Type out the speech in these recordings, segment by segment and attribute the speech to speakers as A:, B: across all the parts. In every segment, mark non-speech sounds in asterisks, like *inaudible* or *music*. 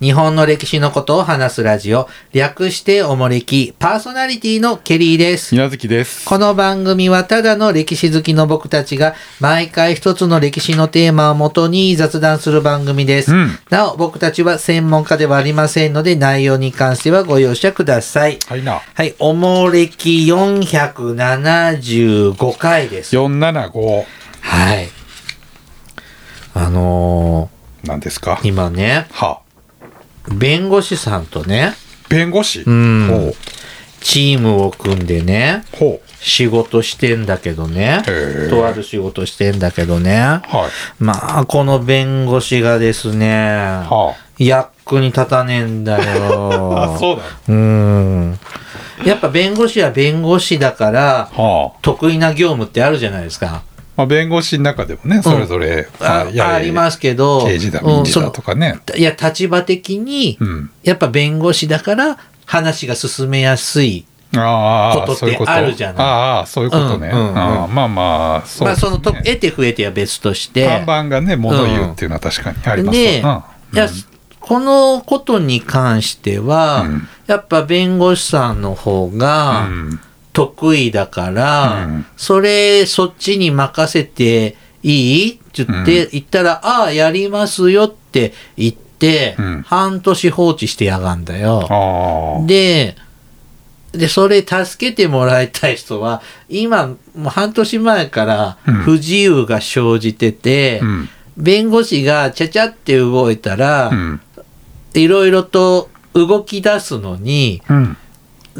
A: 日本の歴史のことを話すラジオ、略しておもれき、パーソナリティのケリーです。
B: 稲月です。
A: この番組はただの歴史好きの僕たちが毎回一つの歴史のテーマをもとに雑談する番組です。
B: うん
A: なお僕たちは専門家ではありませんので内容に関してはご容赦ください。
B: はいな。
A: はい、おもれき475回です。
B: 475
A: はい。あの
B: なんですか
A: ー、今ね、
B: は
A: 弁護士さんとね、
B: 弁護士
A: うん
B: ほう。
A: チームを組んでね、
B: ほ
A: 仕事してんだけどね
B: へ、ー
A: とある仕事してんだけどね、
B: う。はい。
A: まあ、この弁護士がですね、
B: は
A: 役に立たねえんだ
B: あ。 *laughs*
A: よ。
B: うだ。
A: ううん。やっぱ弁護士は弁護士だから、
B: はあ。
A: 得意な業務ってあるじゃないですか。
B: まあ、弁護士の中でもね、それぞれ、。
A: あありますすけど、
B: 刑事だ、
A: う
B: 民
A: ん
B: 事
A: そ
B: だ
A: の
B: とかね。
A: いや、立場的に、
B: うん。
A: やっぱ弁護士だから話が進めやすい。
B: あ
A: こと
B: あ、
A: って
B: そういうこと。
A: あるじゃない
B: ああ、そういうことね。
A: うんうんうん
B: ああまあまあ、そう
A: まあ、
B: です
A: そ
B: ね。
A: のと、得て増えては別として。
B: 看板がね、物言うっていうのは確かにありますわ
A: で、
B: うん
A: いや、このことに関しては、
B: うん
A: やっぱ弁護士さんの方が
B: うん
A: 得意だから、
B: うん
A: それそっちに任せていいって言って、
B: う
A: 言ったら、ああ、やりますよって言って、
B: うん
A: 半年放置してやがんだよ。
B: ああ。
A: で、で、それ助けてもらいたい人は、今、もう半年前から
B: うん
A: 不自由が生じてて、
B: うん。
A: 弁護士がちゃちゃって動いたら
B: う、ん。
A: いろいろと動き出すのに、
B: うん。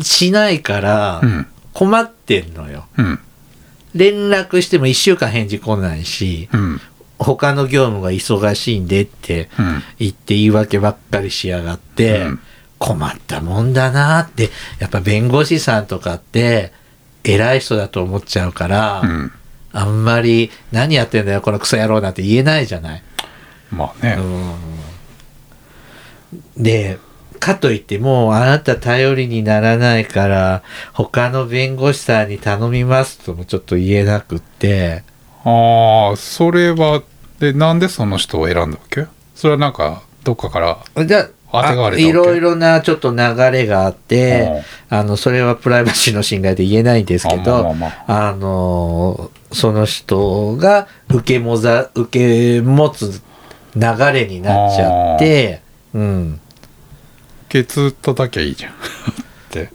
A: しないから
B: う、ん。
A: 困ってんのよ。
B: うん。
A: 連絡しても1週間返事来ないし、
B: うん。
A: 他の業務が忙しいんでって
B: うん。
A: 言って言い訳ばっかりしやがって、
B: うん
A: 困ったもんだなって、やっぱ弁護士さんとかって、偉い人だと思っちゃうから、
B: うん
A: あんまり、何やってんだよ、このクソ野郎なんて言えないじゃない。
B: まあね。
A: うんで、かといってもうあなた頼りにならないから、他の弁護士さんに頼みますともちょっと言えなくって、
B: ああそれはでなんでその人を選んだわけそれはなんかどっかから
A: じゃ
B: 当てがわ
A: あ、
B: れたわけ
A: いろいろなちょっと流れがあって、あの、それはプライバシーの侵害で言えないんですけ
B: あま
A: ど
B: あ、まあま
A: あのー、その人が受けもざ、受け持つ流れになっちゃって、うん。
B: ケツ叩きゃいいじゃんって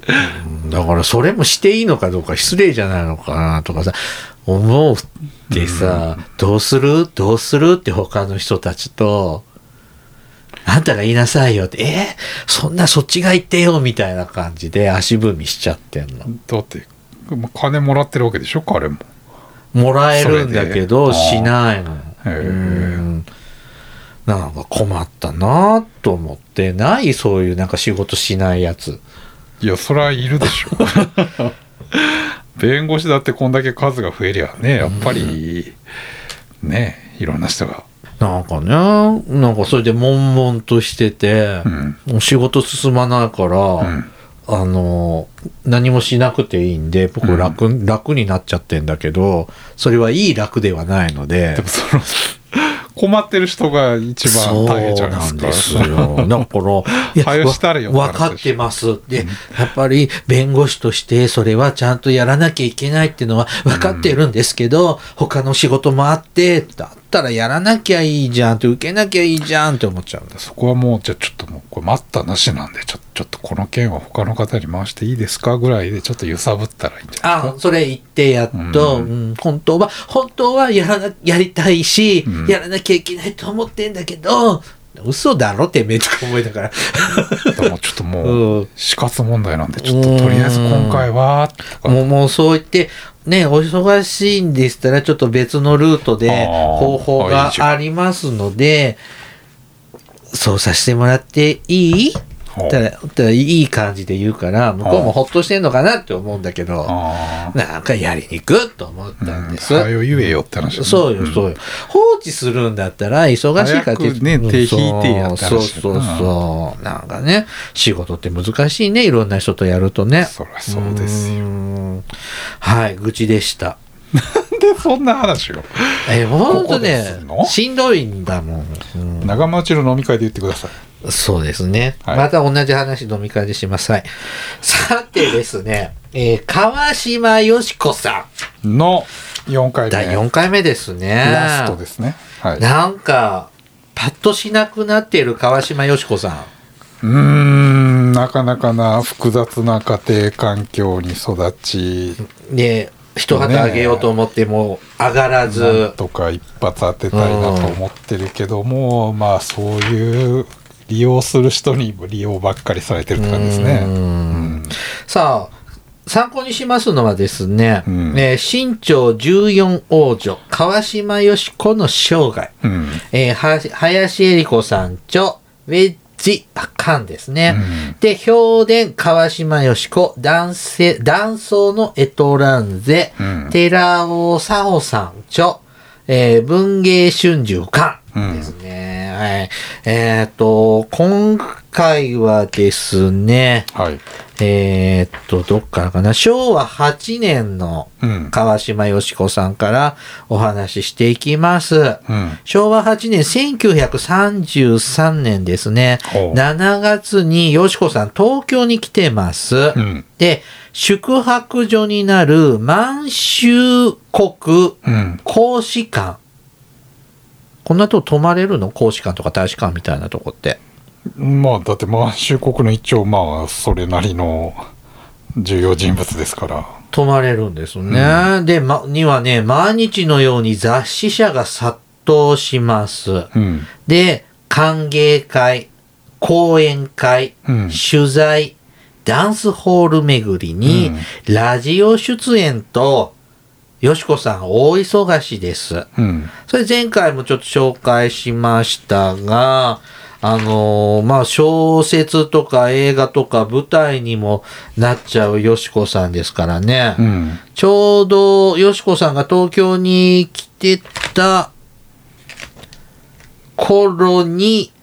A: だからそれもしていいのかどうか失礼じゃないのかなとかさ思うってさ、どうするどうするって他の人たちとあんたが言いなさいよってえーそんなそっちが言ってよみたいな感じで足踏みしちゃってんの
B: だってまあ金もらってるわけでしょ彼も
A: もらえるんだけど
B: そ
A: し
B: れで
A: ないの
B: へー
A: うんなんか困ったなと思ってないそういうなんか仕事しないやつ
B: いやそりゃいるでし
A: *laughs*
B: ょ弁護士だってこんだけ数が増えりゃねやっぱり、ねいろんな人が
A: なんかねなんかそれで悶々としてて、
B: うん
A: もう仕事進まないから、
B: うん
A: あの、何もしなくていいんで、僕楽、楽になっちゃってんだけど、それはいい楽ではないので
B: でも、その困ってる人が一番大変じゃないですか
A: そうなんですよ。
B: *laughs*
A: だから、
B: 早うしたれよ
A: わ分かってます。で、やっぱり弁護士としてそれはちゃんとやらなきゃいけないっていうのは分かってるんですけど、他の仕事もあって、だったらやらなきゃいいじゃんって、受けなきゃいいじゃんって思っちゃうんです。
B: そこはもう、じゃあちょっともう、これ待ったなしなんで、ちょちょっとこの件は他の方に回していいですかぐらいで、ちょっと揺さぶったらいいんじゃない
A: あ
B: で、すか。
A: それ言ってやっと、う
B: うん
A: 本当は、本当はやらな、やりたいし、
B: うん
A: やらなきゃいけないと思ってんだけど、嘘だろ、てめえとか思いながら。
B: だからもうちょっとも
A: う、
B: うん死活問題なんで、ちょっととりあえず今回は、とか、
A: もう、もうそう言って、ね、お忙しいんでしたら、ちょっと別のルートで
B: あー
A: 方法が
B: あいいじゃん
A: ありますので、そうさせてもらっていい
B: ほう
A: たらたらいい感じで言うから、向こうもほっとしてんのかなって思うんだけど、
B: あ
A: なんかやりにくいと思ったん
B: あ、
A: です。
B: それを言えよって話だね
A: そうよ、そうよ。放置するんだったら、忙しいから
B: 早くね
A: うん
B: 手引いてやったらしい
A: そう
B: な
A: そうそう。なんかね、仕事って難しいね、いろんな人とやるとね。
B: そりゃそうですよ
A: ーんはい、愚痴でした。
B: うんでそんな話を
A: え、ほんとね
B: ここですの
A: しんどいんだもん。うん
B: 長町の飲み会で言ってください
A: そうですね。
B: はい
A: また同じ話飲み会でします。はい。さてですね、えー川島よしこさ
B: の4回
A: ん。
B: 目
A: 第4回目ですね。
B: ラストですねはい
A: なんか、パッとしなくなっている川島よしこさん。
B: うーんなかなかな複雑な家庭環境に育ち
A: ね、一旗あげようと思っても上がら
B: なん
A: ず、
B: とか一発当てたいなと思ってるけども、まあそういう利用する人に利用ばっかりされてるって感じですね。
A: う
B: うんん
A: さあ、参考にしますのはですね、
B: うん
A: えー身長14王女、川島よしこの生涯。
B: うん
A: えーは林恵理子さん著、ウェッジ、あカンですね。
B: うん
A: で、評伝、川島よしこ、男性、男装のエトランゼ、
B: うん
A: 寺尾佐穂さん著、えー文芸春秋館
B: うん
A: ですね。はい。えーっ、と、今回はですね、
B: はい。
A: えーっと、どっからかな、昭和8年の
B: うん。
A: 川島よしこさんからお話ししていきます。
B: うん。
A: 昭和8年、1933年ですね。
B: ほう
A: 7月に、よしこさん、東京に来てます。
B: うん。
A: で、宿泊所になる満州国
B: うん。
A: 公使館。こんなとこ泊まれるの公使館とか大使館みたいなとこって。
B: まあだって満州国の一応まあそれなりの重要人物ですから。
A: 泊まれるんですね。で、ま、にはね、毎日のように雑誌社が殺到します。
B: うん。
A: で、歓迎会、講演会、
B: うん。
A: 取材、ダンスホール巡りに、ラジオ出演と、よしこさん大忙しです。
B: うん。
A: それ前回もちょっと紹介しましたが、あのーまあ、小説とか映画とか舞台にもなっちゃうよしこさんですからね。
B: うん。
A: ちょうど、よしこさんが東京に来てた頃に、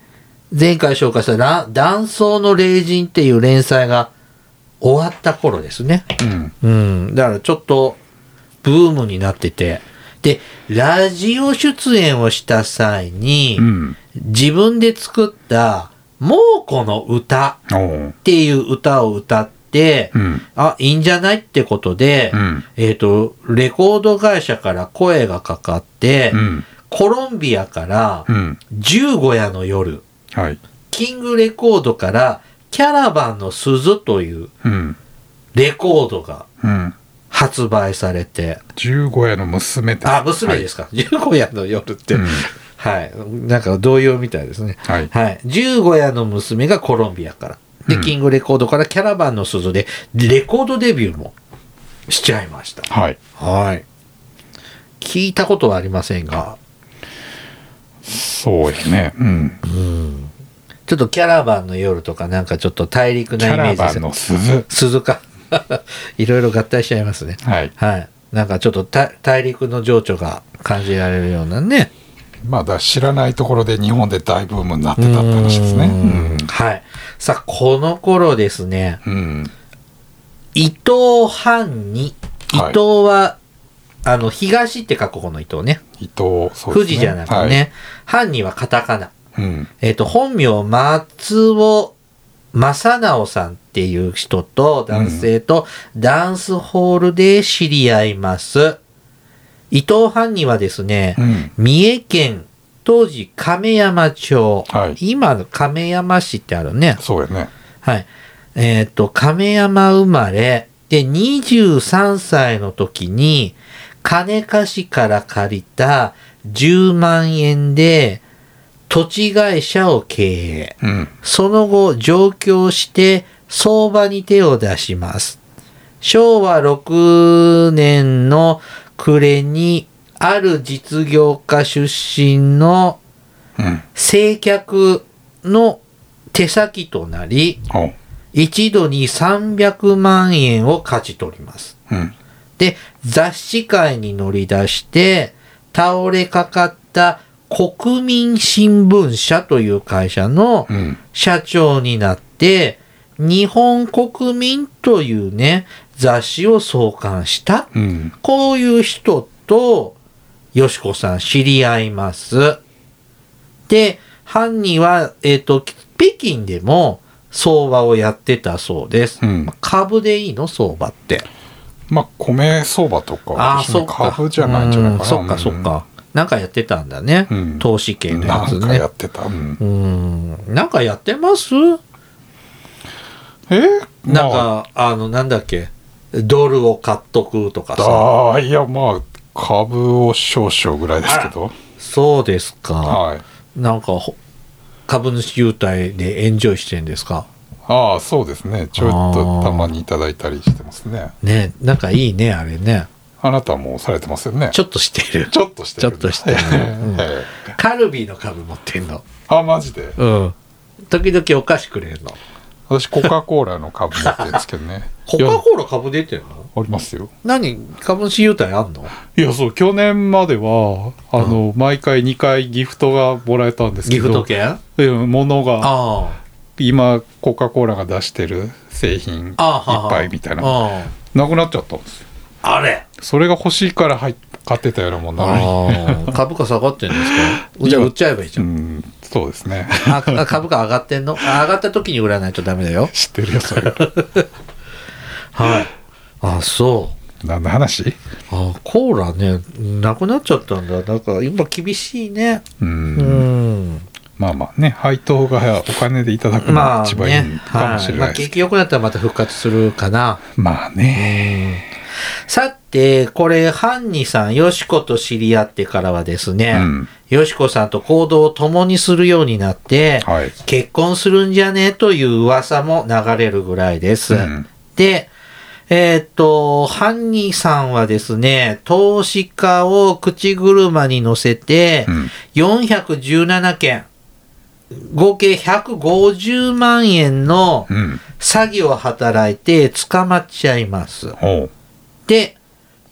A: 前回紹介したら、断層の霊人っていう連載が終わった頃ですね。
B: うん。
A: うん。だからちょっと、ブームになってて。で、ラジオ出演をした際に
B: う、ん。
A: 自分で作った、猛虎の歌
B: おう
A: っていう歌を歌って、
B: うん。
A: あ、いいんじゃないってことで、
B: うん。
A: えっ、と、レコード会社から声がかかって、
B: うん。
A: コロンビアから
B: うん。
A: 15夜の夜、
B: はい。
A: キングレコードからキャラバンの鈴という
B: うん。
A: レコードが
B: うん。
A: 発売されて、
B: 15夜の娘です。
A: あ、娘ですか、15夜の夜って、
B: うん
A: はい。なんか同様みたいですね。
B: はい。
A: はい。15夜の娘がコロンビアから。で、
B: うん
A: キングレコードからキャラバンの鈴で、レコードデビューもしちゃいました。
B: はい。
A: はい。聞いたことはありませんが、
B: そうですね。うん。
A: ちょっとキャラバンの夜とかなんかちょっと大陸
B: キ
A: なイ
B: ャ
A: メー
B: ラ
A: ジで
B: バ
A: す
B: ンの鈴。
A: 鈴か。 *laughs* いろいろ合体しちゃいますね。
B: はい。
A: はい。なんかちょっとた大陸の情緒が感じられるようなね。
B: まあだから知らないところで日本で大ブームになってたって話ですね。
A: うんはい。さあ、この頃ですね、
B: うん。うん。
A: 伊藤藩に、伊藤
B: はい
A: は、あの、東って書く方の伊藤ね。
B: 伊藤、そうですね。
A: 富士じゃなくてね。藩にはカタカナ。
B: はい。うん。
A: えっ、と、本名、松尾正直さんっていう人と、男性と、ダンスホールで知り合います。伊藤藩にはですね
B: う、ん。
A: 三重県、当時亀山町、
B: はい
A: 今の亀山市ってあるね。
B: そうやね。
A: はい。えっ、と、亀山生まれ、で、23歳の時に、金貸しから借りた10万円で、土地会社を経営。
B: うん。
A: その後、上京して、相場に手を出します。昭和6年の暮れに、ある実業家出身の
B: うん。
A: 政客の手先となり、
B: おう。
A: 一度に300万円を勝ち取ります。
B: うん。
A: で、雑誌界に乗り出して、倒れかかった国民新聞社という会社の
B: うん。
A: 社長になって、日本国民というね、雑誌を創刊した。
B: うん。
A: こういう人と、よしこさん知り合います。で、犯人は、えっ、と、北京でも相場をやってたそうです。
B: うん
A: 株でいいの相場って。
B: まあ米相場とか
A: ああ、そっか。
B: 株じゃないんじゃないかな
A: うんそっか、そっか。なんかやってたんだね。
B: うん
A: 投資系のや
B: な
A: つ
B: んかや
A: ね
B: っ。てた、うん
A: うん。なんかやってます
B: え
A: なん
B: まあ
A: か、あの、なんだっけ。ドルを買っとくとかさ。
B: ああいやまあ株を少々ぐらいですけど
A: そうですか。
B: はい
A: なんかほ株主優待でエンジョイしてんですか
B: ああそうですねちょっ
A: あ
B: と
A: あ
B: たまにいただいたりしてますね
A: ねなんかいいねあれね
B: あなたはもうされてますよね
A: ちょっとしてる
B: ちょっとしてる
A: ちょっとしてるうん
B: *laughs* ええ
A: カルビーの株持ってんの
B: あマジで
A: うん時々お菓子くれるの
B: 私コカ・コーラの株持ってるんですけどね
A: コ
B: いや
A: カ・コーラ株出てんの
B: ありますよ
A: 何株主優待あんの
B: いやそう去年まではあの、毎回2回ギフトがもらえたんですけ
A: ギ
B: ど
A: フト券あ
B: うんものが
A: あ
B: 今コカ・コーラが出してる製品いっ
A: ああはは
B: ぱいみたいな
A: あ
B: なくなっちゃったんですよ
A: ああれ
B: それが欲しいから入っ買ってたようなもんなの
A: ああ株価下がってんです *laughs* かじゃあ売っちゃえばいいじゃ
B: にうんんそうですね
A: ああ株価上がってんのあ上がった時に売らないとダメだよ
B: 知ってるよそれ
A: はいあそう
B: *laughs* 何の話
A: あコーラねなくなっちゃったんだなんか今厳しいね
B: うん
A: うん
B: まあまあね配当がお金でいただくの
A: ま
B: が
A: あ
B: 一番いい
A: ね
B: かもし
A: はい
B: れ
A: まあ
B: ない
A: 景
B: ですけ
A: 気良くなったらまた復活するかな
B: どまあね
A: さてこれハンニさんよしこと知り合ってからはですね、
B: うん
A: よしこさんと行動を共にするようになって、
B: はい
A: 結婚するんじゃねという噂も流れるぐらいです。
B: うん
A: で、えーっと、ハンニーさんはですね、投資家を口車に乗せて
B: う、ん
A: 417件、合計150万円の
B: うん
A: 詐欺を働いて捕まっちゃいます。
B: おう
A: で、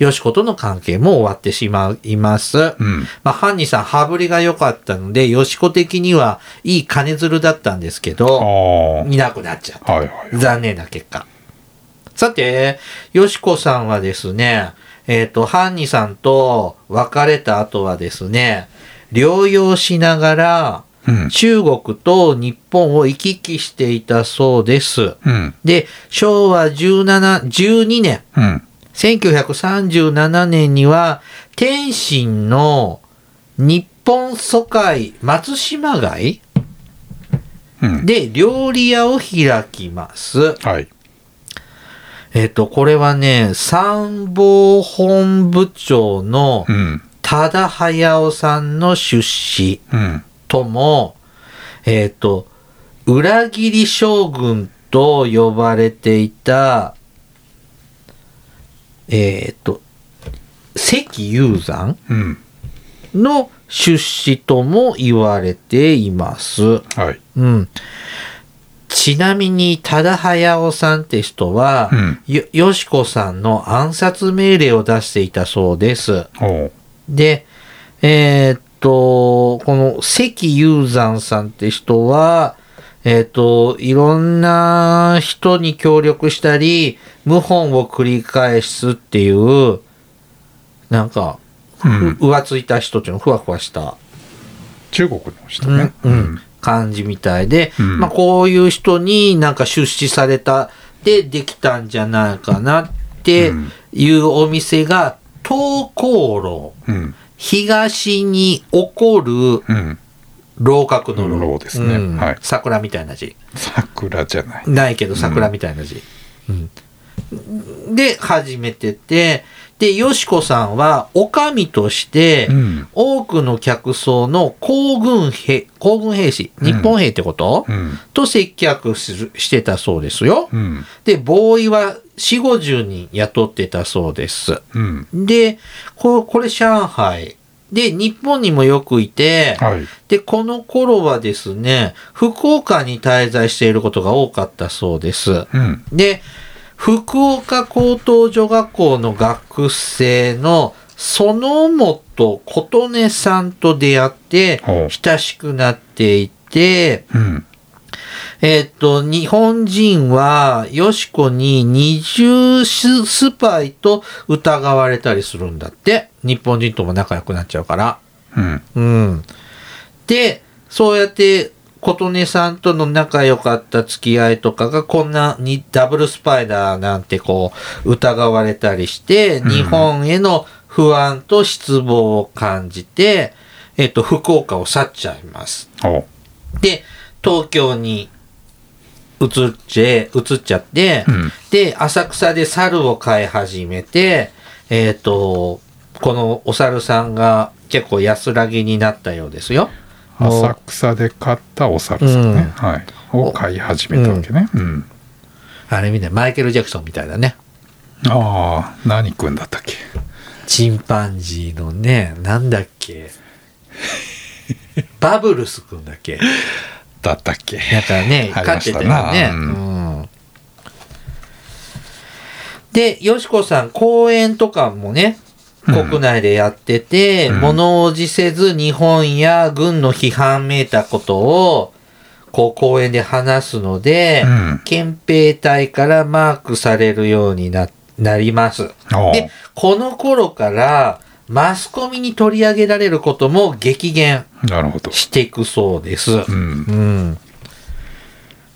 A: よしことの関係も終わってしまいます。
B: うん
A: まあ、ハンニーさん、羽振りが良かったので、よしこ的にはいい金づるだったんですけ
B: あ
A: ど、
B: あはい
A: なくなっちゃった。
B: いはい
A: 残念な結果。さて、よしこさんはですね、えっ、と、ハンニさんと別れた後はですね、療養しながら、
B: うん
A: 中国と日本を行き来していたそうです。
B: うん
A: で、昭和17、12年、
B: うん
A: 1937年には、天津の日本疎開松島街
B: うん
A: で料理屋を開きます。
B: はい
A: えっ、と、これはね、参謀本部長の
B: うん
A: 多田駿さんの出資
B: うん
A: とも、えっ、と、裏切り将軍と呼ばれていた、えっ、と、関雄山
B: うん
A: の出資とも言われています。
B: はい
A: うん。ちなみに、多田駿さんって人は、
B: うん
A: よ、よしこさんの暗殺命令を出していたそうです。
B: おう
A: で、えーっと、この関雄山さんって人は、えーっと、いろんな人に協力したり、謀反を繰り返すっていう、なんか、ふ
B: うん
A: 浮ついた人っていうの、ふわふわした
B: 中国の人ね
A: うんうん、感じみたいで、
B: うん
A: まあこういう人になんか出資されたでできたんじゃないかなっていうお店が東光楼
B: うん
A: 東に起こる
B: うん
A: 楼閣の
B: 楼
A: 楼
B: ですね
A: うん
B: はい
A: 桜みたいな字
B: 桜じゃない
A: ないけど桜みたいな字、うんで始めててでよしこさんは女将として、
B: うん
A: 多くの客層の皇軍兵、皇軍兵士、
B: ん
A: 日本兵ってこと、
B: うん
A: と接客するしてたそうですよ。
B: うん
A: で、ボーイは4、50人雇ってたそうです。
B: うん
A: で、ここれ上海。で、日本にもよくいて、
B: はい
A: で、この頃はですね、福岡に滞在していることが多かったそうです。
B: うん
A: で、福岡高等女学校の学生の園本琴音さんと出会って
B: ほう
A: 親しくなっていて、
B: うん
A: えーっと、日本人は、よしこに二重ススパイと疑われたりするんだって。日本人とも仲良くなっちゃうから。
B: うん。
A: うん。で、そうやって、琴音さんとの仲良かった付き合いとかが、こんなにダブルスパイだなんてこう、疑われたりして、
B: ん
A: 日本への不安と失望を感じて、えっと、福岡を去っちゃいます。
B: おう。
A: で、東京に移っちゃ、移っちゃって、
B: うん。
A: で、浅草で猿を飼い始めて、えっ、と、このお猿さんが結構安らぎになったようですよ。もう
B: 浅草で買ったお猿さんね。
A: うん
B: はい。を買い始めたわけね。うん。
A: あれみたい、マイケル・ジャクソンみたいだね。
B: ああ、何君だったっけ。
A: チンパンジーのね、なんだっ
B: *laughs*
A: け。バブルスくんだっけ。
B: だったっけ。
A: だからね、
B: あり
A: 飼
B: ま
A: って
B: した
A: た
B: な
A: よね。
B: う
A: うんで、よしこさん、公演とかもね、
B: うん
A: 国内でやってて、
B: うん
A: 物おじせず日本や軍の批判めいたことを、こう公演で話すので、
B: うん
A: 憲兵隊からマークされるようにな、なります。
B: おう
A: で、この頃から、マスコミに取り上げられることも激減
B: なるほど。
A: していくそうです。
B: うん
A: う。ん。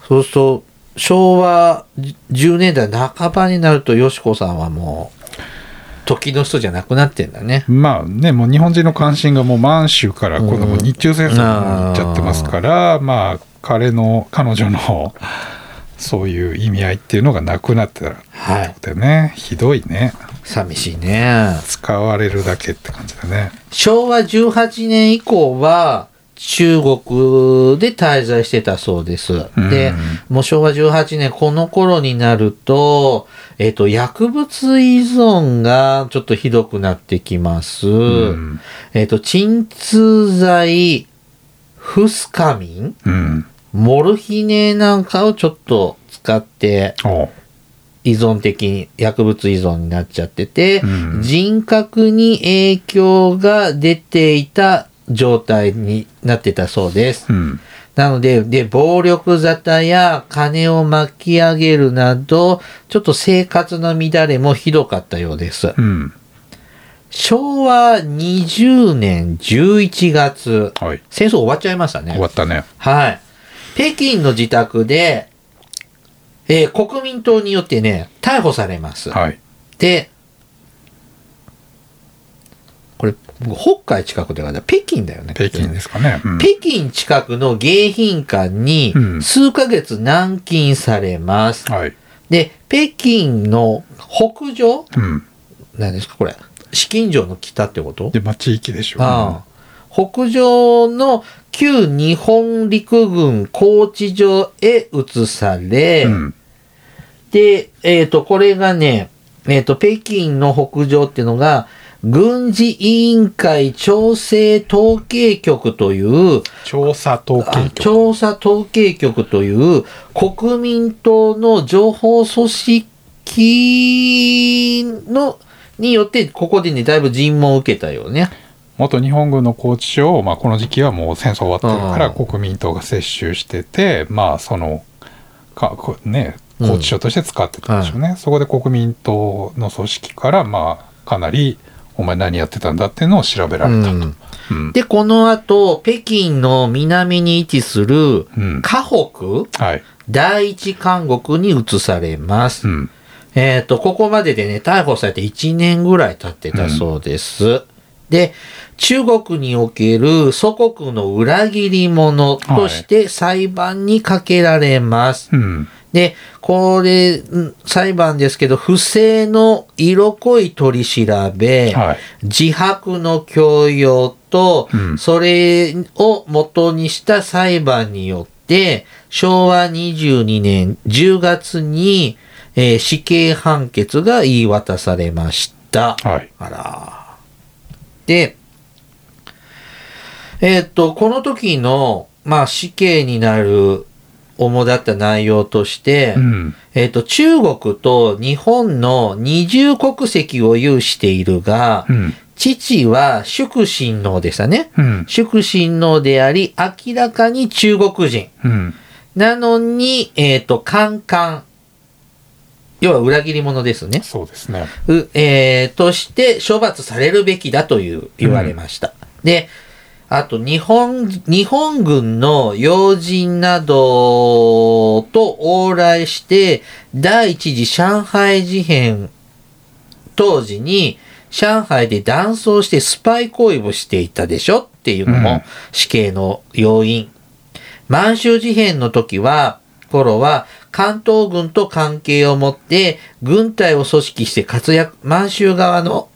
A: そうすると、昭和10年代半ばになると、よしこさんはもう、時の人じゃなくなってんだね。
B: まあね、もう日本人の関心がもう満州から今度も日中戦争になっちゃってますから、まあ彼の彼女のそういう意味合いっていうのがなくなってたって
A: はい
B: こ。とでねひどいね
A: 寂しいね。
B: 使われるだけって感じだね
A: 昭和18年以降は、中国で滞在してたそうです。
B: うん
A: で、もう昭和18年、この頃になると、えっ、と、薬物依存がちょっとひどくなってきます。
B: うん
A: えっ、と、鎮痛剤、フスカミン、
B: うん
A: モルヒネなんかをちょっと使って、
B: おう
A: 依存的に、薬物依存になっちゃってて、
B: うん
A: 人格に影響が出ていた状態になってたそうです。
B: うん
A: なので、で、暴力沙汰や金を巻き上げるなど、ちょっと生活の乱れもひどかったようです。
B: うん
A: 昭和20年11月、
B: はい
A: 戦争終わっちゃいましたね。
B: 終わったね
A: はい。北京の自宅で、えー国民党によってね、逮捕されます。
B: はい
A: で、これ、僕北海近くでは北京だよね。
B: 北京ですかね、うん
A: 北京近くの迎賓館に
B: うん
A: 数ヶ月軟禁されます。
B: はい
A: で、北京の北上
B: うん
A: なんですかこれ。紫禁城の北ってこと
B: でまあ地域でしょう、
A: ああ北上の旧日本陸軍高知城へ移され、
B: うん
A: で、えっ、と、これがね、えっ、と、北京の北上っていうのが、軍事委員会調整統計局という、
B: 調査統計
A: あ
B: 局
A: 調査統計局という国民党の情報組織のによって、ここでね、だいぶ尋問を受けたよね。
B: 元日本軍の高知省を、まあ、この時期はもう戦争終わってるから
A: う
B: 国民党が接収しててまあそのかこね
A: うん
B: 高知省として使ってたんでしょうね、そこで国民党の組織からまあかなりお前何やってたんだっていうのを調べられたと、
A: うん
B: うん
A: で、この後、北京の南に位置する、
B: うん
A: 河北
B: はい、
A: 第一監獄に移されます。
B: うん、
A: えっ、と、ここまででね、逮捕されて1年ぐらい経ってたそうです。で、中国における祖国の裏切り者として裁判にかけられます。
B: うん、
A: で、これ、ん裁判ですけど、不正の色濃い取り調べ、
B: はい
A: 自白の強要と、
B: うん
A: それを元にした裁判によって、昭和22年10月に、えー死刑判決が言い渡されました。
B: はい
A: あらー。で、えーっと、この時の、まあ、死刑になる主だった内容として、
B: うん
A: えっと、中国と日本の二重国籍を有しているが、
B: うん
A: 父は祝親王でしたね。
B: うん
A: 祝親王であり、明らかに中国人。
B: うん
A: なのに、えっ、と、カンカン。要は裏切り者ですね。
B: そうですね。
A: うえーとして処罰されるべきだという言われました。で、あと日本、日本軍の要人などと往来して、第一次上海事変当時に上海で断層してスパイ行為をしていたでしょっていうの
B: う
A: も
B: ん
A: 死刑の要因。満州事変の時は、頃は関東軍と関係を持って軍隊を組織して活躍、満州側
B: *coughs*
A: の、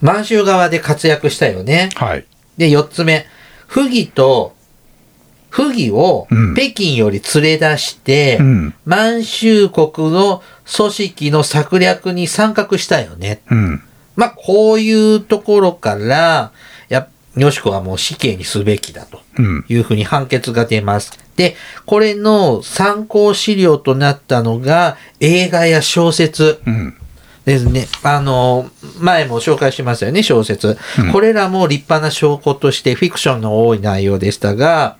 A: 満州側で活躍したよね。
B: はい。
A: で、四つ目。不義と、不義を
B: うん
A: 北京より連れ出して、
B: うん。
A: 満州国の組織の策略に参画したよね。
B: うん。
A: まあ、こういうところから、や、よしこはもう死刑にすべきだと
B: うん。
A: いうふうに判決が出ます。で、これの参考資料となったのが映画や小説
B: うん。
A: ですね。あの、前も紹介しましたよね、小説。
B: うん
A: これらも立派な証拠としてフィクションの多い内容でしたが、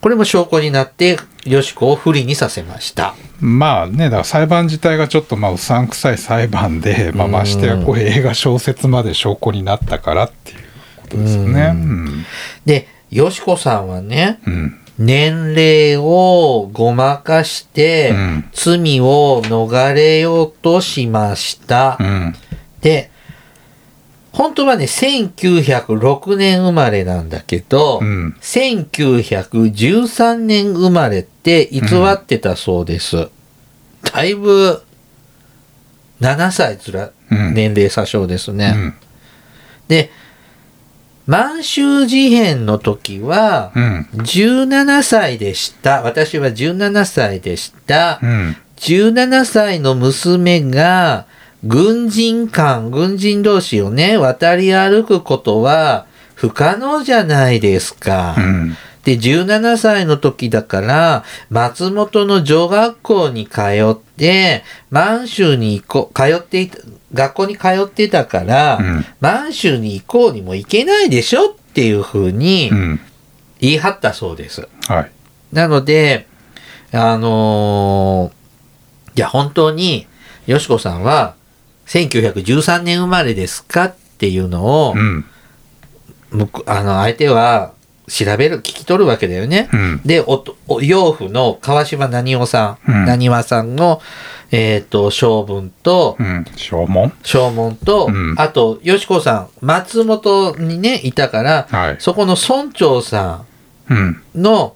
A: これも証拠になって、よしこを不利にさせました。
B: まあね、だから裁判自体がちょっとまあうさんくさい裁判で、まあ、ましてやこう映画小説まで証拠になったからっていうことですよね。うん。
A: で、よしこさんはね、
B: うん。
A: 年齢をごまかして、
B: うん
A: 罪を逃れようとしました。
B: うん。
A: で、本当はね、1906年生まれなんだけど、
B: うん。
A: 1913年生まれって偽ってたそうです。だいぶ、7歳ずら、
B: うん。
A: 年齢詐称ですね。
B: うん。
A: で、満州事変の時は、
B: うん。
A: 17歳でした。私は17歳でした。
B: うん。
A: 17歳の娘が軍人間、軍人同士をね、渡り歩くことは不可能じゃないですか。
B: うん。
A: で、17歳の時だから、松本の女学校に通って、満州に行こう、通っていた、学校に通ってたから、
B: うん
A: 満州に行こうにも行けないでしょっていうふうに
B: うん。
A: 言い張ったそうです。
B: はい。
A: なので、あのーいや、本当に、よしこさんは、1913年生まれですかっていうのを
B: う、ん。
A: 向こうあの、相手は調べる、聞き取るわけだよね。
B: うん。
A: で、おと、お養父の川島何夫さん、
B: うん
A: 何和さんの、えっ、と、性分と
B: う、ん。証文
A: 正門と、
B: うん
A: あと、よしこさん、松本にね、いたから、
B: はい。
A: そこの村長さん、
B: うん。
A: の、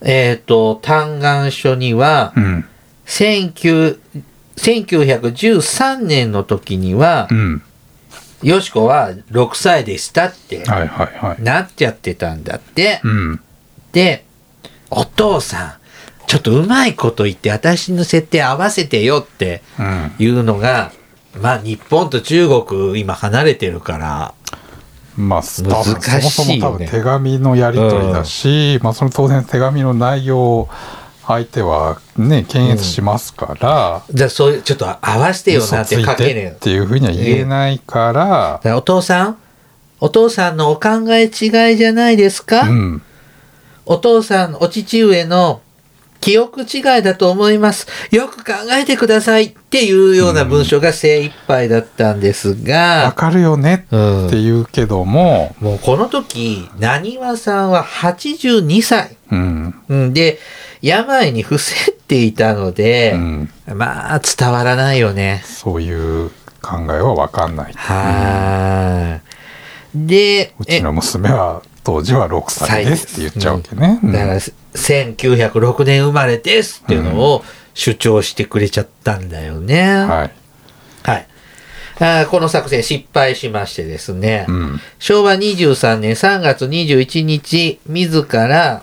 A: えっ、と、嘆願書には
B: う、ん。
A: 19 1913年の時には
B: う、ん。
A: よしこは6歳でしたって
B: はいはいはい。
A: なっちゃってたんだって。
B: うん。
A: で、お父さん、ちょっとうまいこと言って私の設定合わせてよって
B: うん。
A: いうのが、まあ日本と中国今離れてるから、
B: まあ、そも
A: 難しいよね
B: そも多分手紙のやり取りだし、まあ、その当然手紙の内容を相手はね、検閲しますから、
A: じゃあそういう、ちょっと合わせてよな
B: 嘘
A: っ
B: つ
A: て書
B: い
A: けね
B: て
A: え
B: っていうふうには言えないから
A: だ、からお父さんお父さんのお考え違いじゃないですか、
B: うん。
A: お父さん、お父上の記憶違いだと思います。よく考えてくださいっていうような文章が精一杯だったんです
B: わ
A: が、
B: かるよね
A: うん
B: って言うけども、
A: もうこの時、何わさんは82歳。
B: うん。
A: うんで、病に伏せっていたの
B: う
A: で、
B: ん。
A: まあ伝わらないよね。
B: そういう考えはわかんない。
A: はい、で、
B: う
A: え
B: ちの娘は当時は6歳ですって言っちゃうわけね。うん
A: だから、1906年生まれですっていうのを主張してくれちゃったんだよね。
B: はい。
A: はい。あーこの作戦失敗しましてですね、
B: うん。
A: 昭和23年3月21日、自ら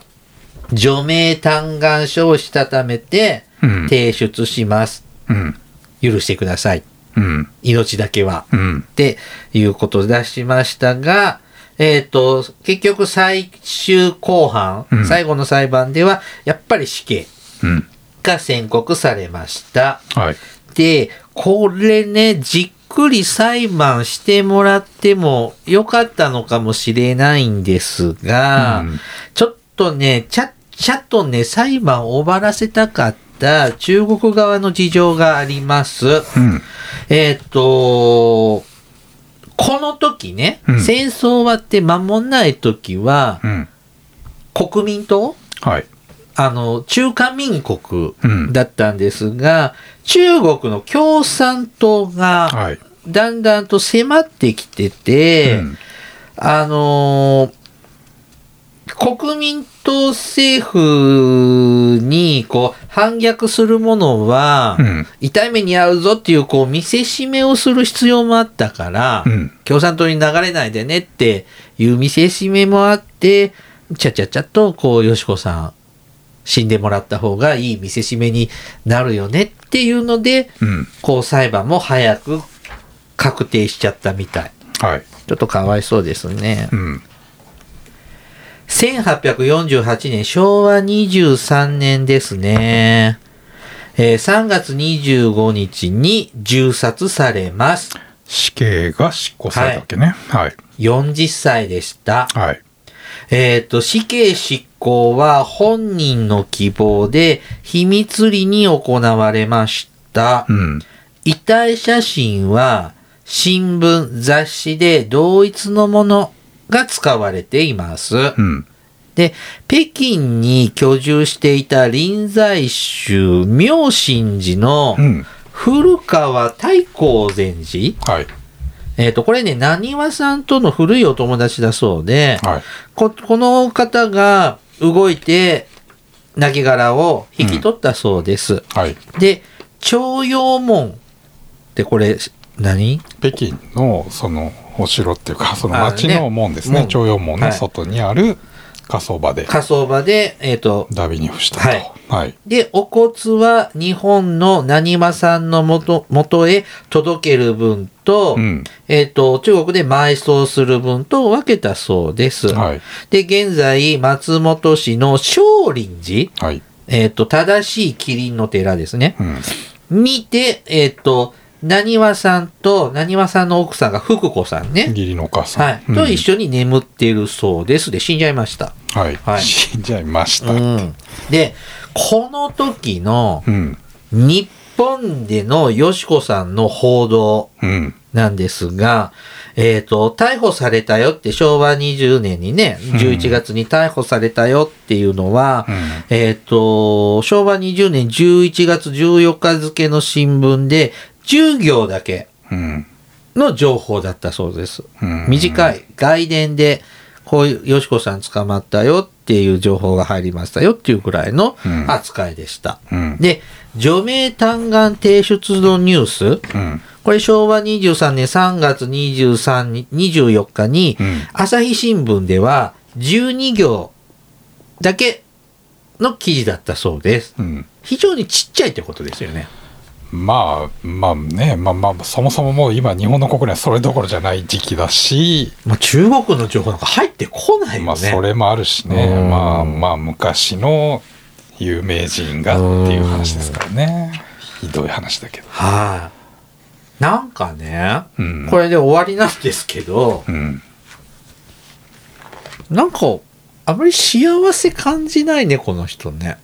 A: 除名嘆願書をしたためて
B: うん
A: 提出します。
B: うん。
A: 許してください。
B: うん。
A: 命だけは。
B: うん
A: っ。ていうことを出しましたが、えっ、と、結局最終公判、
B: うん
A: 最後の裁判では、やっぱり死刑
B: うん。
A: が宣告されました。
B: はい。
A: で、これね、実くり裁判してもらってもよかったのかもしれないんですが、
B: うん
A: ちょっとね、ちゃっちゃっとね、裁判を終わらせたかった中国側の事情があります。
B: うん。
A: えーっと、この時ね、
B: うん
A: 戦争終わって間もない時は
B: う、ん。
A: 国民党
B: はい。
A: あの、中華民国
B: うん
A: だったんですが、中国の共産党が
B: はい。
A: だんだんと迫ってきてて、
B: うん
A: あのー国民党政府にこう反逆するものは、
B: うん。
A: 痛い目に遭うぞっていうこう見せしめをする必要もあったから、
B: うん。
A: 共産党に流れないでねっていう見せしめもあって、ちゃちゃちゃっと、こう、よしこさん、死んでもらった方がいい見せしめになるよねっていうので、
B: うん。
A: こう、裁判も早く確定しちゃったみたい。
B: はい。
A: ちょっとかわいそうですね
B: う。ん。
A: 1848年、昭和23年ですね。えー3月25日に銃殺されます。
B: 死刑が執行されたわけね。はい。
A: 40歳でした。
B: はい。
A: えっ、と、死刑執行は本人の希望で秘密裏に行われました。
B: うん。
A: 遺体写真は新聞、雑誌で同一のものが使われています。
B: うん。
A: で、北京に居住していた臨済宗妙心寺の
B: うん。
A: 古川太光禅寺。
B: はい。
A: えっ、と、これね、何わさんとの古いお友達だそうで、
B: はい。
A: ここの方が動いて亡きを引き取ったそうです、
B: はい。
A: で徴用門ってこれ何
B: 北京のそのお城っていうかその
A: あー
B: 町の門ですね
A: ね
B: 徴用門
A: は
B: の
A: い
B: 外にある火葬場で
A: 火葬場でえっ、と
B: ダビニフしたと
A: はい
B: はい
A: でお骨は日本の何間さんのもと元へ届ける分と,、
B: うん
A: えっと中国で埋葬する分と分けたそうです、
B: はい
A: で現在松本市の少林寺、
B: はい
A: えっと正しい麒麟の寺ですね、
B: うん
A: 見て、えっ、と、なにわさんと、なにわさんの奥さんが福子さんね。
B: 義理のお母さん
A: はい。
B: うん
A: と一緒に眠っているそうです。で、死んじゃいました。
B: はい、
A: はい
B: 死んじゃいました
A: うん。で、この時の
B: うん
A: 日本でのよしこさんの報道
B: うん
A: なんですが、えっ、と、逮捕されたよって昭和20年にね、11月に逮捕されたよっていうのは、
B: うん
A: えっ、と、昭和20年11月14日付の新聞で、10行だけ
B: うん
A: の情報だったそうです。
B: うん
A: 短い外伝で、こういう、よしこさん捕まったよっていう情報が入りましたよっていうくらいの
B: うん
A: 扱いでした。
B: うん
A: で、除名嘆願提出のニュース、
B: うん
A: これ昭和23年3月23に24日に、
B: うん
A: 朝日新聞では12行だけの記事だったそうです。
B: うん
A: 非常にちっちゃいってことですよね。
B: まあまあねまあまあそもそももう今日本の国内それどころじゃない時期だし
A: もう中国の情報なんか入ってこないよね。
B: まあそれもあるしね、
A: うん
B: まあまあ昔の有名人がっていう話ですからね、ひどい話だけど、
A: はい、なんかね、
B: うん、
A: これで終わりなんですけど、
B: うん、
A: なんか、あまり幸せ感じないね、この人ね。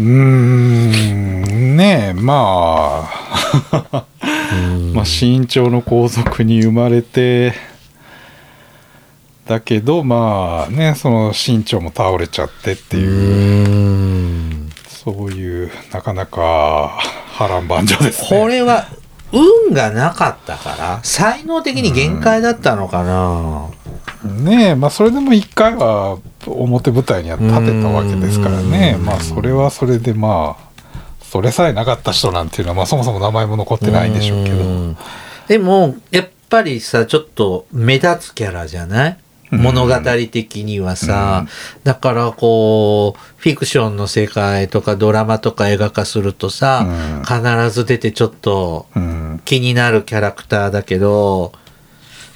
B: うーんねえまあまあ身長の皇族に生まれてだけどまあねその身長も倒れちゃってって
A: う
B: いう、
A: ん。
B: そういうなかなか波乱万丈ですね
A: これは、運がなかったから、才能的に限界だったのかな。
B: ねえまあそれでも一回は表舞台には立てたわけですからね
A: うん
B: まあそれはそれでまあそれさえなかった人なんていうのは、まあ、そもそも名前も残ってないんでしょうけど
A: んでも、やっぱりさ、ちょっと目立つキャラじゃない
B: うん
A: 物語的にはさ、だからこう、フィクションの世界とかドラマとか映画化するとさ、
B: うん
A: 必ず出てちょっと
B: うん
A: 気になるキャラクターだけど、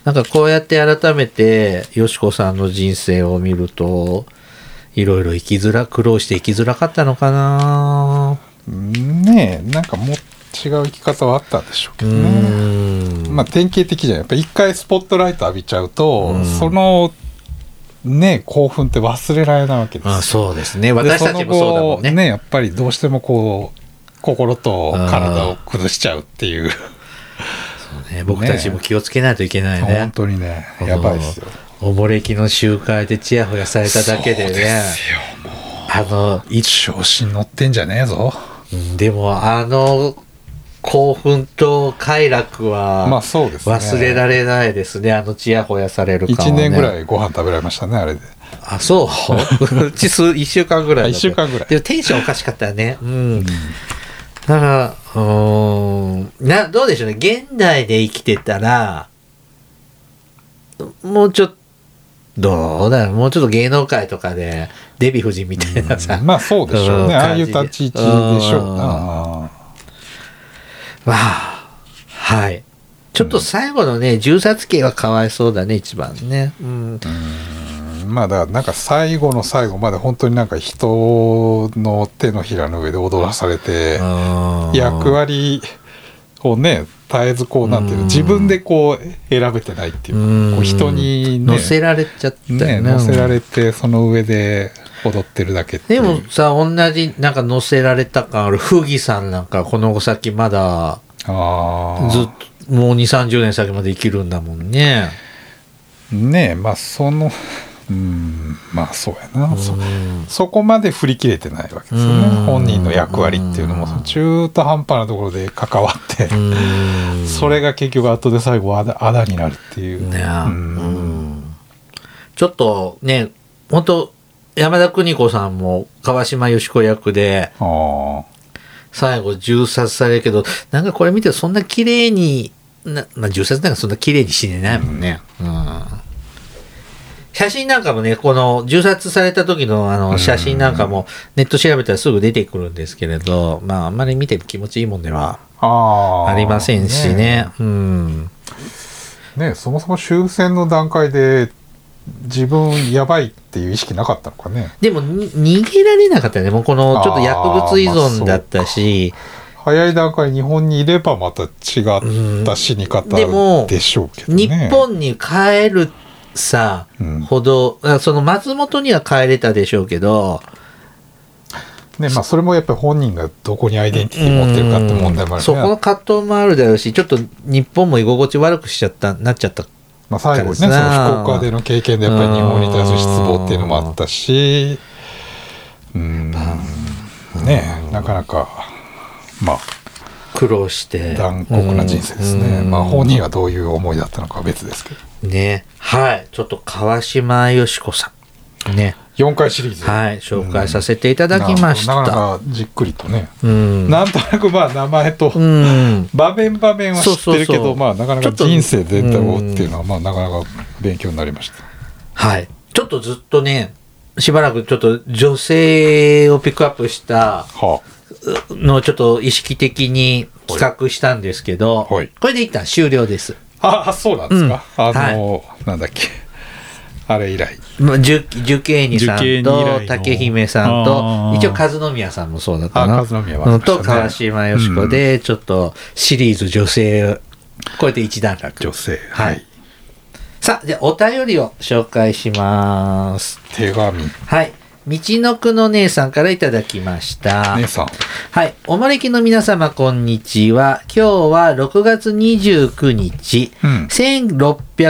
A: なんかこうやって改めて、よしこさんの人生を見ると、いろいろ生きづら、苦労して生きづらかったのかな
B: ねえなんかもっ違う生き方はあったんでしょうけ
A: う
B: どね。
A: ーん
B: まあ典型的じゃんやっぱ一回スポットライト浴びちゃうと、
A: うん
B: そのね興奮って忘れられないわけですよ
A: まあそうですね。
B: で
A: 私たちもそうだもん
B: その後
A: ね。
B: やっぱりどうしてもこう心と体を崩しちゃうっていう
A: ね僕たちも気をつけないといけないね
B: *laughs* 本。当にねやばいですよ
A: おぼれきの集会でチヤホヤされただけで
B: そう
A: ね。
B: すよも
A: あの、いう
B: 調子に乗ってんじゃねえぞ
A: うんでもあの興奮と快楽は、
B: まあそうですね
A: 忘れられないですね。あのチヤホヤされる感は、
B: 1
A: ね。
B: 年ぐら
A: い。
B: いご飯食べられましたねあれで
A: あ、そうう *laughs* ち数、1週間ぐらいだった。
B: 一週間ぐらい
A: でもテンションおかしかったよね。うん。だから、うーん、な、どうでしょうね。現代で生きてたら、もうちょっと、どうだろうもうちょっと芸能界とかで、デヴィ夫人みたいなさ、
B: まあそうでしょうね
A: うん
B: ああいう立ち位置でしょうな
A: まあ、はい。ちょっと最後のね、銃殺刑はかわいそうだね、一番ね。うん。
B: まあだからなんか最後の最後まで本当になんか人の手のひらの上で踊らされて役
A: は
B: 割をね絶えずこうなんていう
A: うん
B: の自分でこう選べてないっていうかこう人にね
A: 乗せられちゃったよ
B: ね乗せられてその上で踊ってるだけって
A: で
B: いう
A: もさ、同じ、なんか乗せられた感ある、フギさんなんか、この先まだ、
B: ああ
A: ずっと、もう2、30年先まで生きるんだもんね。
B: ねえまあそのうんまあそうやな、そ
A: うん
B: そこまで振り切れてないわけですよ
A: う
B: ね
A: ん
B: 本人の役割っていうの
A: う
B: も
A: ん
B: その中途半端なところで関わって
A: うん
B: それが結局後で最後あだあだになるっていう、
A: ね
B: うん
A: うんちょっとね、本当山田邦子さんも川島よし子役で、
B: あ
A: 最後銃殺されるけど、なんかこれ見てそんな綺麗に、なまあ、銃殺なんかそんな綺麗に死ねないもんね。うん。写真なんかもね、この銃殺された時のあの写真なんかもネット調べたらすぐ出てくるんですけれど、まああんまり見て気持ちいいもんでは
B: あああ
A: ありませんしね。うん。
B: ねそもそも終戦の段階で自分やばいっていう意識なかったのかね
A: でもに逃げられなかったね。もうこのちょっと薬物依存だったし、
B: 早い段階日本にいればまた違った死に方
A: でも
B: でしょうけどね
A: 日本に帰るさ、
B: うん
A: ほど、あその松本には帰れたでしょうけど、
B: ねまあそれもやっぱり本人がどこにアイデンティティ持ってるかって問題もある
A: そこ
B: よ
A: の
B: ね、
A: 葛藤もあるだろうし、ちょっと日本も居心地悪くしちゃった、なっちゃった。
B: まあ、最後にねそ
A: そうで
B: の
A: すね
B: 福岡での経験でやっぱり日本に対する失望っていうのもあったしうんねなかなかまあ
A: 苦労して。
B: 残酷な人生ですね、
A: うん
B: まあ本人はどういう思いだったのかは別ですけど
A: ね。はい。ちょっと川島よし子さん。ね。
B: 4回シリーズ
A: はい。紹介させていただきまし
B: ななか
A: た。
B: なかじっくりとね、
A: うん。
B: なんとなくまあ名前と、
A: うん。
B: 場面場面は知って
A: そう
B: るけど
A: そうそう
B: まあなかな
A: ちょ
B: か
A: っと
B: 人生全体を追うっていうのはまあなかなか勉強になりました
A: はい。ちょっとずっとね、しばらくちょっと女性をピックアップした
B: は
A: のをちょっと意識的に企画したんですけど、
B: はい
A: これで一旦終了です。
B: あああそうなんですか、
A: うん
B: あの、なんだっけあれ以来
A: まあ、ジュジュケーニさ
B: ジュケー
A: ん
B: ニ以来
A: と
B: の
A: 竹姫さん
B: あ
A: と
B: ー
A: 一応和宮さんもそうだった
B: あ
A: な
B: 和宮はありましたね
A: と川島よし子でちょっとシリーズ女性これで一段落
B: 女性
A: はいさあじゃあお便りを紹介します
B: 手紙
A: はい道のくの姉さんからいただきました、
B: 姉さん
A: はい。お招きの皆様、こんにちは。今日は6月29日、
B: うん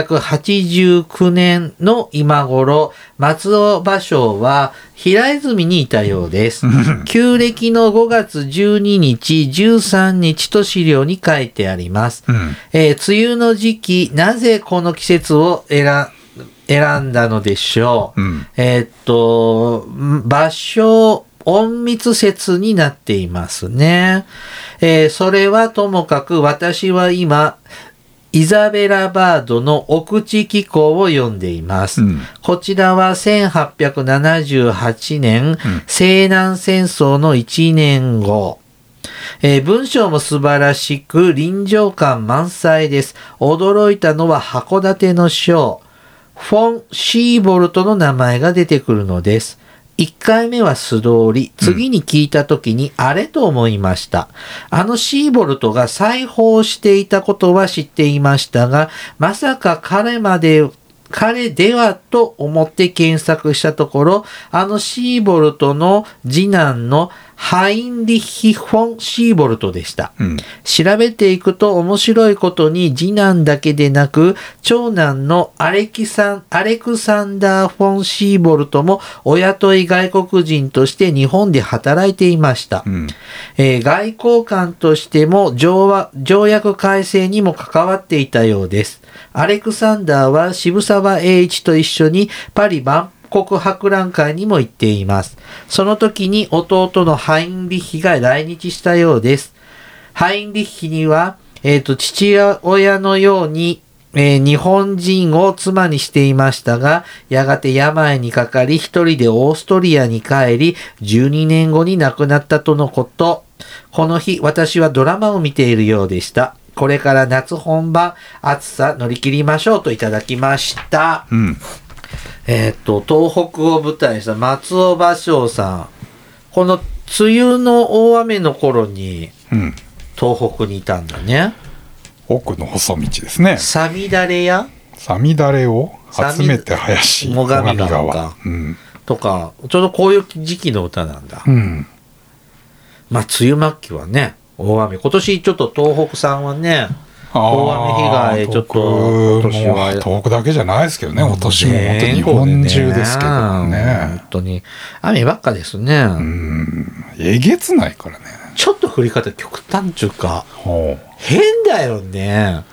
A: 1689年の今頃、松尾芭蕉は平泉にいたようです。旧暦の5月12日、13日と資料に書いてあります。
B: うん
A: えー梅雨の時期、なぜこの季節を選選んだのでしょう。
B: うん
A: えーっと、ん場所、隠密説になっていますね。えーそれはともかく私は今、イザベラ・バードのお口紀行を読んでいます。
B: うん
A: こちらは1878年、西南戦争の1年後。えー文章も素晴らしく臨場感満載です。驚いたのは函館の章。フォン・シーボルトの名前が出てくるのです。 1回目は素通り、次に聞いた時にあれと思いました。あのシーボルトが裁縫していたことは知っていましたが、まさか彼まで、彼ではと思って検索したところ、あのシーボルトの次男のハインリヒ・フォン・シーボルトでした。
B: うん。
A: 調べていくと面白いことに次男だけでなく長男のアレキサンアレクサンダー・フォン・シーボルトもお雇い外国人として日本で働いていました
B: う、ん。
A: えー外交官としても条和条約改正にも関わっていたようですアレクサンダーは渋沢栄一と一緒にパリ万国博覧会にも行っていますその時に弟のハインリッヒが来日したようですハインリッヒには、えっ、と、父親のように、えー日本人を妻にしていましたが、やがて病にかかり、一人でオーストリアに帰り、12年後に亡くなったとのこと。この日、私はドラマを見ているようでした。これから夏本番、暑さ乗り切りましょうといただきました。
B: うん。
A: えっ、と、東北を舞台にした松尾芭蕉さん。この梅雨の大雨の頃に、
B: うん。
A: 東北にいたんだね。
B: 奥の細道ですね。
A: サミダレ屋
B: さみだれを集めて
A: さ
B: 林。
A: み最上川
B: うん。
A: とか、ちょうどこういう時期の歌なんだ。
B: うん。
A: まあ、梅雨末期はね、大雨。今年ちょっと東北さんはね、大雨被害ちょっと
B: 東
A: 今年
B: 北
A: は
B: も東北だけじゃないですけどね、今年も本当に
A: 全
B: 日
A: 国でね
B: 本中ですけどね
A: 本。当に。雨ばっかですね。
B: うん。えげつないからね。
A: ちょっと降り方極端っていうか、
B: ほ
A: 変だよね。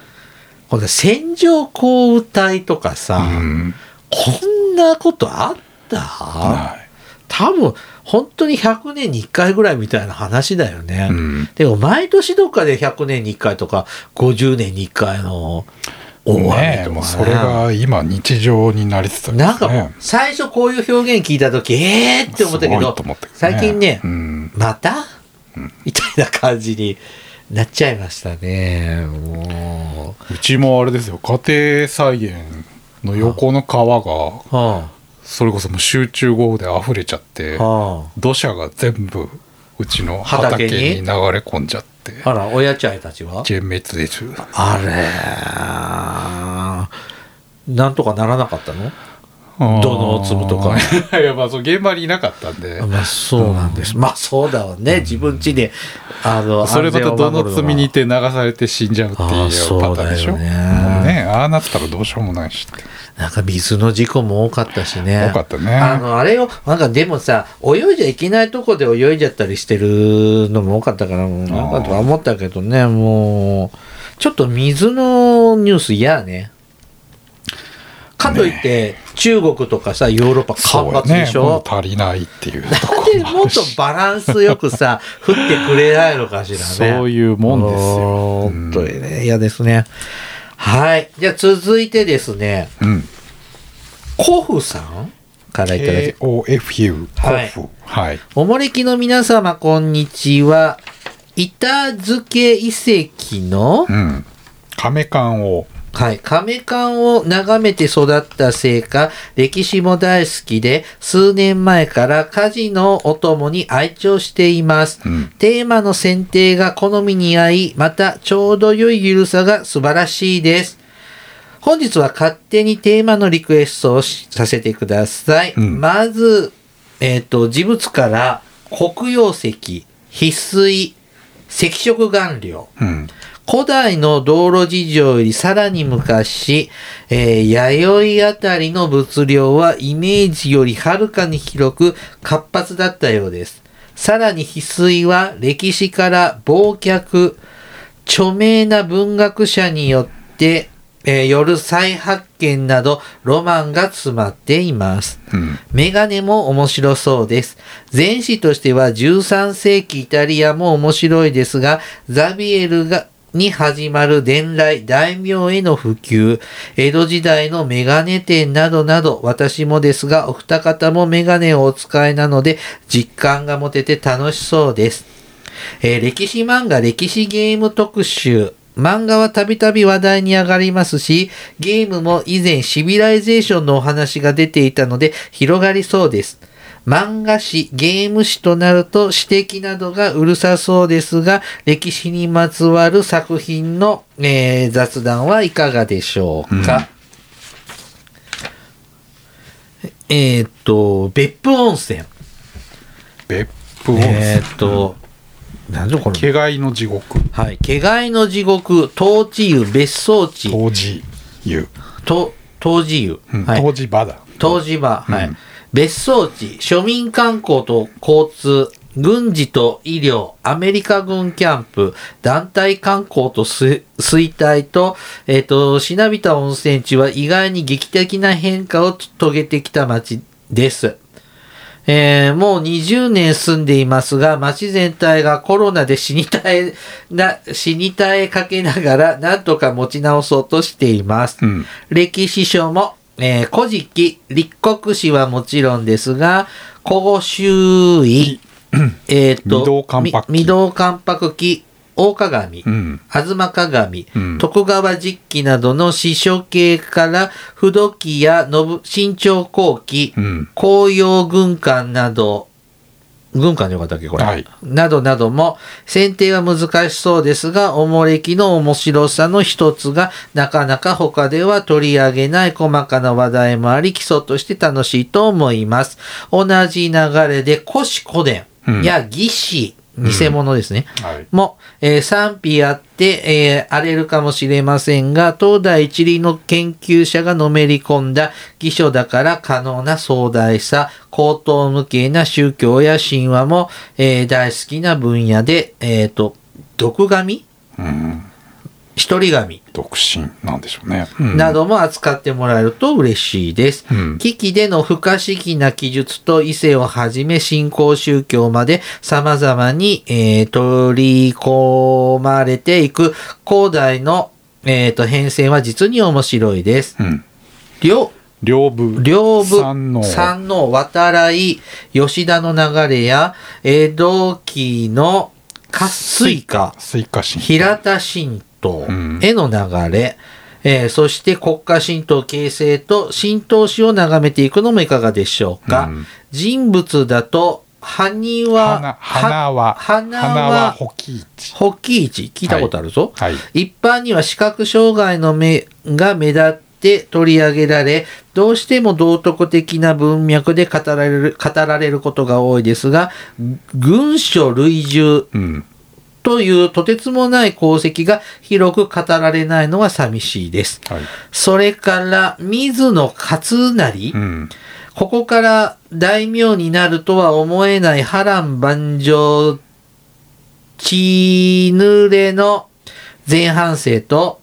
A: これ線状降雨帯とか
B: う。
A: さ、
B: うん。
A: こんなことあった
B: は
A: 多分、本当に100年に1回ぐらいみたいな話だよね。
B: い。うん。
A: でも毎年どっかで100年に1回とか50年に1回の大雨とかね
B: ねえ、もうそれが今日常になりつつあり
A: な
B: ま
A: ん
B: すね。
A: か最初こういう表現聞いた時えーって思ったけ
B: すご
A: ど
B: いと思ったけどね
A: 最近ね、
B: うん。
A: またみたいな感じになっちゃいましたねも
B: うちもあれですよ、家庭菜園の横の川が、
A: う、は
B: それこそもう集中豪雨で溢れちゃって
A: あ、は
B: 土砂が全部うちの
A: 畑
B: 畑
A: に
B: に流れ込んじゃって、
A: あ、あら親ちゃんたちは
B: 全滅です。
A: あれーなんとかならなかったの土のを積むとか
B: か。 *laughs* いや、まあ、そう現場にいなかったんで、
A: まあそうなんです、まあそうだわね自分家であの
B: それまた
A: 安全
B: 土
A: を守る
B: の
A: は
B: 積みにいて流されて死んじゃうっていう
A: ああそう
B: パターン
A: だ
B: でし
A: よ
B: ょ。
A: ね
B: もうね、ああなったらどうしようもないしって。
A: なんか水の事故も多かったしね。
B: 多かったね
A: あの、あれを、なんかでもさ、泳いじゃいけないとこで泳いじゃったりしてるのも多かったから、もうなんかとは思ったけどね、もう、ちょっと水のニュース嫌ね。かといって、中国とかさ、ヨーロッパ干ばつでし
B: そうよねも
A: ょ
B: う、足りないっていうとこ
A: なん
B: ろ
A: で
B: もあ
A: も
B: る
A: っと
B: し
A: バランスよくさ、降ってくれないのかしらね。
B: そういうもんですよ。
A: おー本当にね、嫌ですね。はい。じゃあ続いてですね、
B: うん。
A: コフさんからいただき
B: KOFU、
A: はい
B: コフはい。
A: おもれきの皆様、こんにちは。板付遺跡の
B: う、ん。亀缶を、
A: はい、亀館を眺めて育ったせいか、歴史も大好きで、数年前から家事のお供に愛聴しています。
B: うん。
A: テーマの選定が好みに合い、またちょうど良いゆるさが素晴らしいです。本日は勝手にテーマのリクエストをしさせてください。
B: うん
A: まず、えっ、と、事物から黒曜石、翡翠、赤色顔料。
B: うん。
A: 古代の道路事情よりさらに昔、えー弥生あたりの物量はイメージよりはるかに広く活発だったようです。さらに翡翠は歴史から忘却、著名な文学者によって、えーよる再発見などロマンが詰まっています。
B: うん。
A: メガネも面白そうです。前史としては13世紀イタリアも面白いですが、ザビエルがに始まる伝来、大名への普及、江戸時代のメガネ店などなど、私もですが、お二方もメガネをお使いなので、実感が持てて楽しそうです。えー歴史漫画歴史ゲーム特集。漫画はたびたび話題に上がりますし、ゲームも以前シビライゼーションのお話が出ていたので広がりそうです。漫画誌、ゲーム誌となると指摘などがうるさそうですが、歴史にまつわる作品の、えー雑談はいかがでしょうか。えーっと、別府温泉。
B: 別府温泉、
A: えーっと、なんでこれ。
B: けがいの地獄
A: はい。けがいの地獄、東地湯、別荘地、
B: 当時湯
A: と東地湯。
B: うん
A: はい
B: 当時場だ
A: 湯治場、はい
B: うん
A: 別荘地、庶民観光と交通、軍事と医療、アメリカ軍キャンプ、団体観光とす衰退と、えっ、と、しなびた温泉地は意外に劇的な変化を遂げてきた町です。えーもう20年住んでいますが、町全体がコロナで死に絶え、な、死に絶えかけながら、なんとか持ち直そうとしています。
B: うん
A: 歴史書も、えー古事記、立国史はもちろんですが、古語周囲、えっと、
B: 御堂関白記
A: み御堂関白記、大鏡、
B: うん
A: 東鏡、
B: うん
A: 徳川実記などの史書系から、不土記や信新朝後期、
B: うん
A: 紅葉軍艦など、軍艦でよかったっけこれ。
B: はい
A: などなども、選定は難しそうですが、おもれきの面白さの一つが、なかなか他では取り上げない細かな話題もあり、基礎として楽しいと思います。同じ流れで、古紙古伝や義士、偽物ですね。
B: はい
A: も、えー賛否あって、えー荒れるかもしれませんが、東大一理の研究者がのめり込んだ偽書だから可能な壮大さ、高等無形な宗教や神話も、えー大好きな分野で、えっ、と、毒神
B: うん
A: 一人神
B: 独身なんでしょうね、うん
A: なども扱ってもらえると嬉しいです。
B: うん
A: 危機での不可思議な記述と異性をはじめ信仰宗教まで様々に、えー取り込まれていく広大の、えーと変遷は実に面白いです。
B: うん
A: 両
B: 両部
A: 両部
B: 三能
A: 三能渡来吉田の流れや江戸期の活水化
B: スイカ神
A: 平田神道
B: うん
A: への流れ、えーそして国家神道形成と神道史を眺めていくのもいかがでしょうか、
B: うん
A: 人物だと埴輪
B: 花花は
A: 花は
B: 花は保木市
A: ホッキー市聞いたことあるぞ、
B: はい
A: 一般には視覚障害の目が目立って取り上げられ、どうしても道徳的な文脈で語られる、語られることが多いですが、軍書類従
B: うん
A: というとてつもない功績が広く語られないのは寂しいです。
B: はい
A: それから、水野勝成、
B: うん
A: ここから大名になるとは思えない波乱万丈、血濡れの前半生と、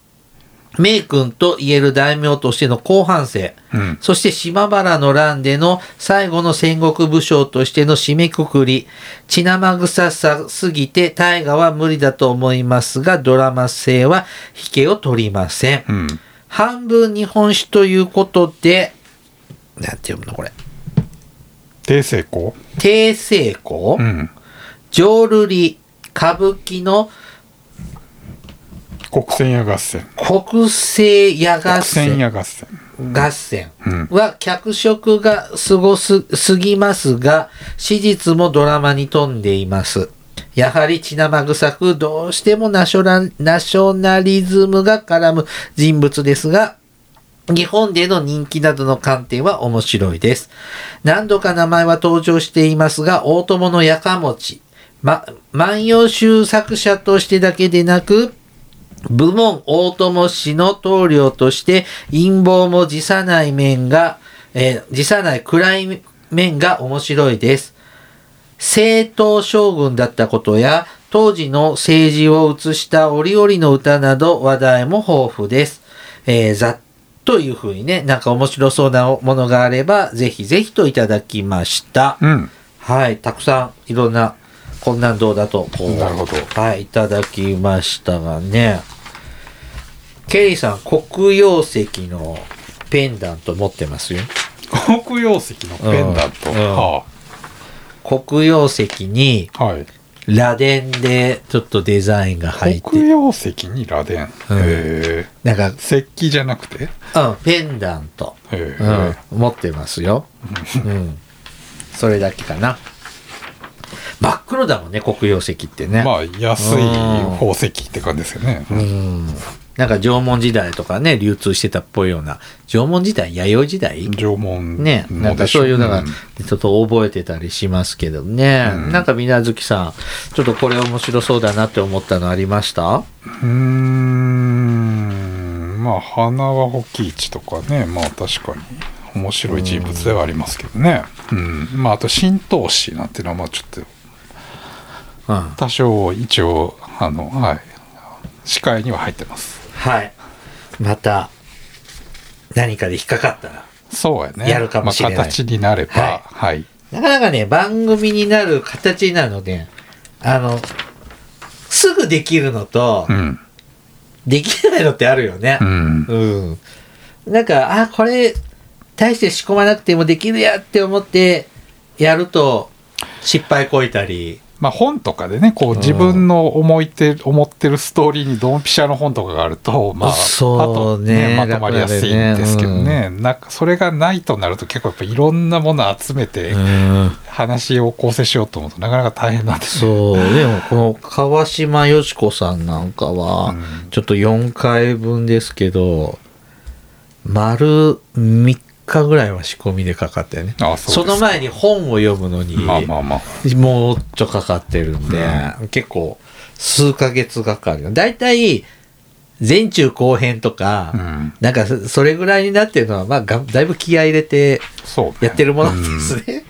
A: 名君と言える大名としての後半生、
B: うん
A: そして島原の乱での最後の戦国武将としての締めくくり、血生臭さすぎて大河は無理だと思いますが、ドラマ性は引けを取りません。
B: うん
A: 半分日本酒ということで、なんて読むのこれ。
B: 低成功
A: 低成功
B: うん
A: 浄瑠璃、歌舞伎の
B: 国船や合戦
A: 国政屋合
B: 国船
A: 戦
B: や合戦
A: 合戦
B: うん
A: は脚色がすごすすぎますが、史実もドラマに富んでいます。やはり血生臭く、どうしてもナショランナショナリズムが絡む人物ですが、日本での人気などの観点は面白いです。何度か名前は登場していますが、大友のやかもち、ま、万葉集作者としてだけでなく、部門大友氏の棟梁として陰謀も辞さない面が、えー辞さない暗い面が面白いです。政党将軍だったことや、当時の政治を映した折々の歌など話題も豊富です。えーざっというふうにね、なんか面白そうなものがあれば、ぜひぜひといただきました。
B: うん
A: はい、たくさんいろんな、こんなんどうだと、こう、
B: なるほど
A: はい、いただきましたがね。ケリーさん、黒曜石のペンダント持ってますよ。
B: 黒曜石のペンダント
A: うん
B: は
A: 黒曜石に、
B: あはい
A: 螺鈿でちょっとデザインが入っ
B: 黒
A: て、
B: 曜石に螺鈿へ
A: うん
B: え
A: なんか、
B: 石器じゃなくてへ
A: うん、ペンダント、
B: え *laughs*
A: うん、持ってますよ。うん。それだけかな。真っ黒だもんね、黒曜石ってね。
B: まあ、安い宝石って感じですよね。
A: うん。なんか縄文時代とかね、流通してたっぽいような。縄文時代弥生時代
B: 縄文
A: ね、なんかそういうのが
B: ん
A: ちょっと覚えてたりしますけどね。
B: うん
A: なんかみなずきさん、ちょっとこれ面白そうだなって思ったのありました
B: うーんまあ花はホキイチとかねまあ確かに面白い人物ではありますけどねうん、まああと神道師なんていうのはまあちょっと
A: うん。
B: 多少一応あのはい視界には入ってます
A: はい。また、何かで引っかかったら。
B: そうやね
A: やるかもしれない
B: まあ、形になれば
A: は
B: はい、
A: なかなかね、番組になる形なので、あの、すぐできるのと、
B: うん
A: できないのってあるよね
B: う。ん
A: うん。なんか、あ、これ、大して仕込まなくてもできるやって思って、やると、失敗こいたり。
B: まあ本とかでねこう自分の思いて思ってるストーリーにドンピシャの本とかがあるとまあ
A: そうね
B: あとまとまりやすいんですけどねなんかそれがないとなると結構やっぱいろんなもの集めて
A: ん。
B: 話を構成しようと思うとなかなか大変なんですよ
A: そう。 *laughs* でも、この川島よしこさんなんかは、
B: うん
A: ちょっと4回分ですけど、丸3日ぐらいは仕込みでかかったよね。
B: あ
A: そ
B: そうで
A: の
B: す
A: 前に本を読むのに、
B: まあまあまあ
A: もうちょかかってるんで、結構数ヶ月がかかるよ。だいたい前中後編とか、
B: うん
A: なんかそそれぐらいになってるのは、まあが、だいぶ気合い入れて
B: そうね
A: やってるものですね。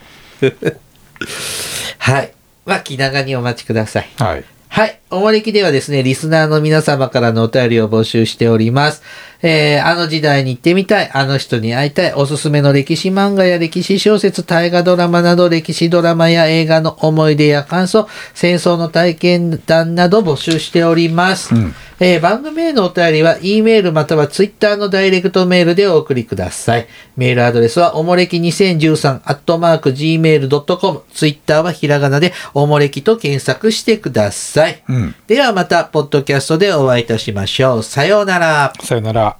A: *laughs* はい。まあ、気長にお待ちください。
B: うんはい
A: はい。おもれきではですね、リスナーの皆様からのお便りを募集しております。えー、あの時代に行ってみたい、あの人に会いたい、おすすめの歴史漫画や歴史小説、大河ドラマなど、歴史ドラマや映画の思い出や感想、戦争の体験談など募集しております。
B: うん
A: えー番組へのお便りは、E メールまたは Twitter のダイレクトメールでお送りください。メールアドレスは、おもれき2013、アットマーク、gmail.com。Twitter はひらがなで、おもれきと検索してください。
B: うん
A: ではまた、ポッドキャストでお会いいたしましょう。さようなら。
B: さよなら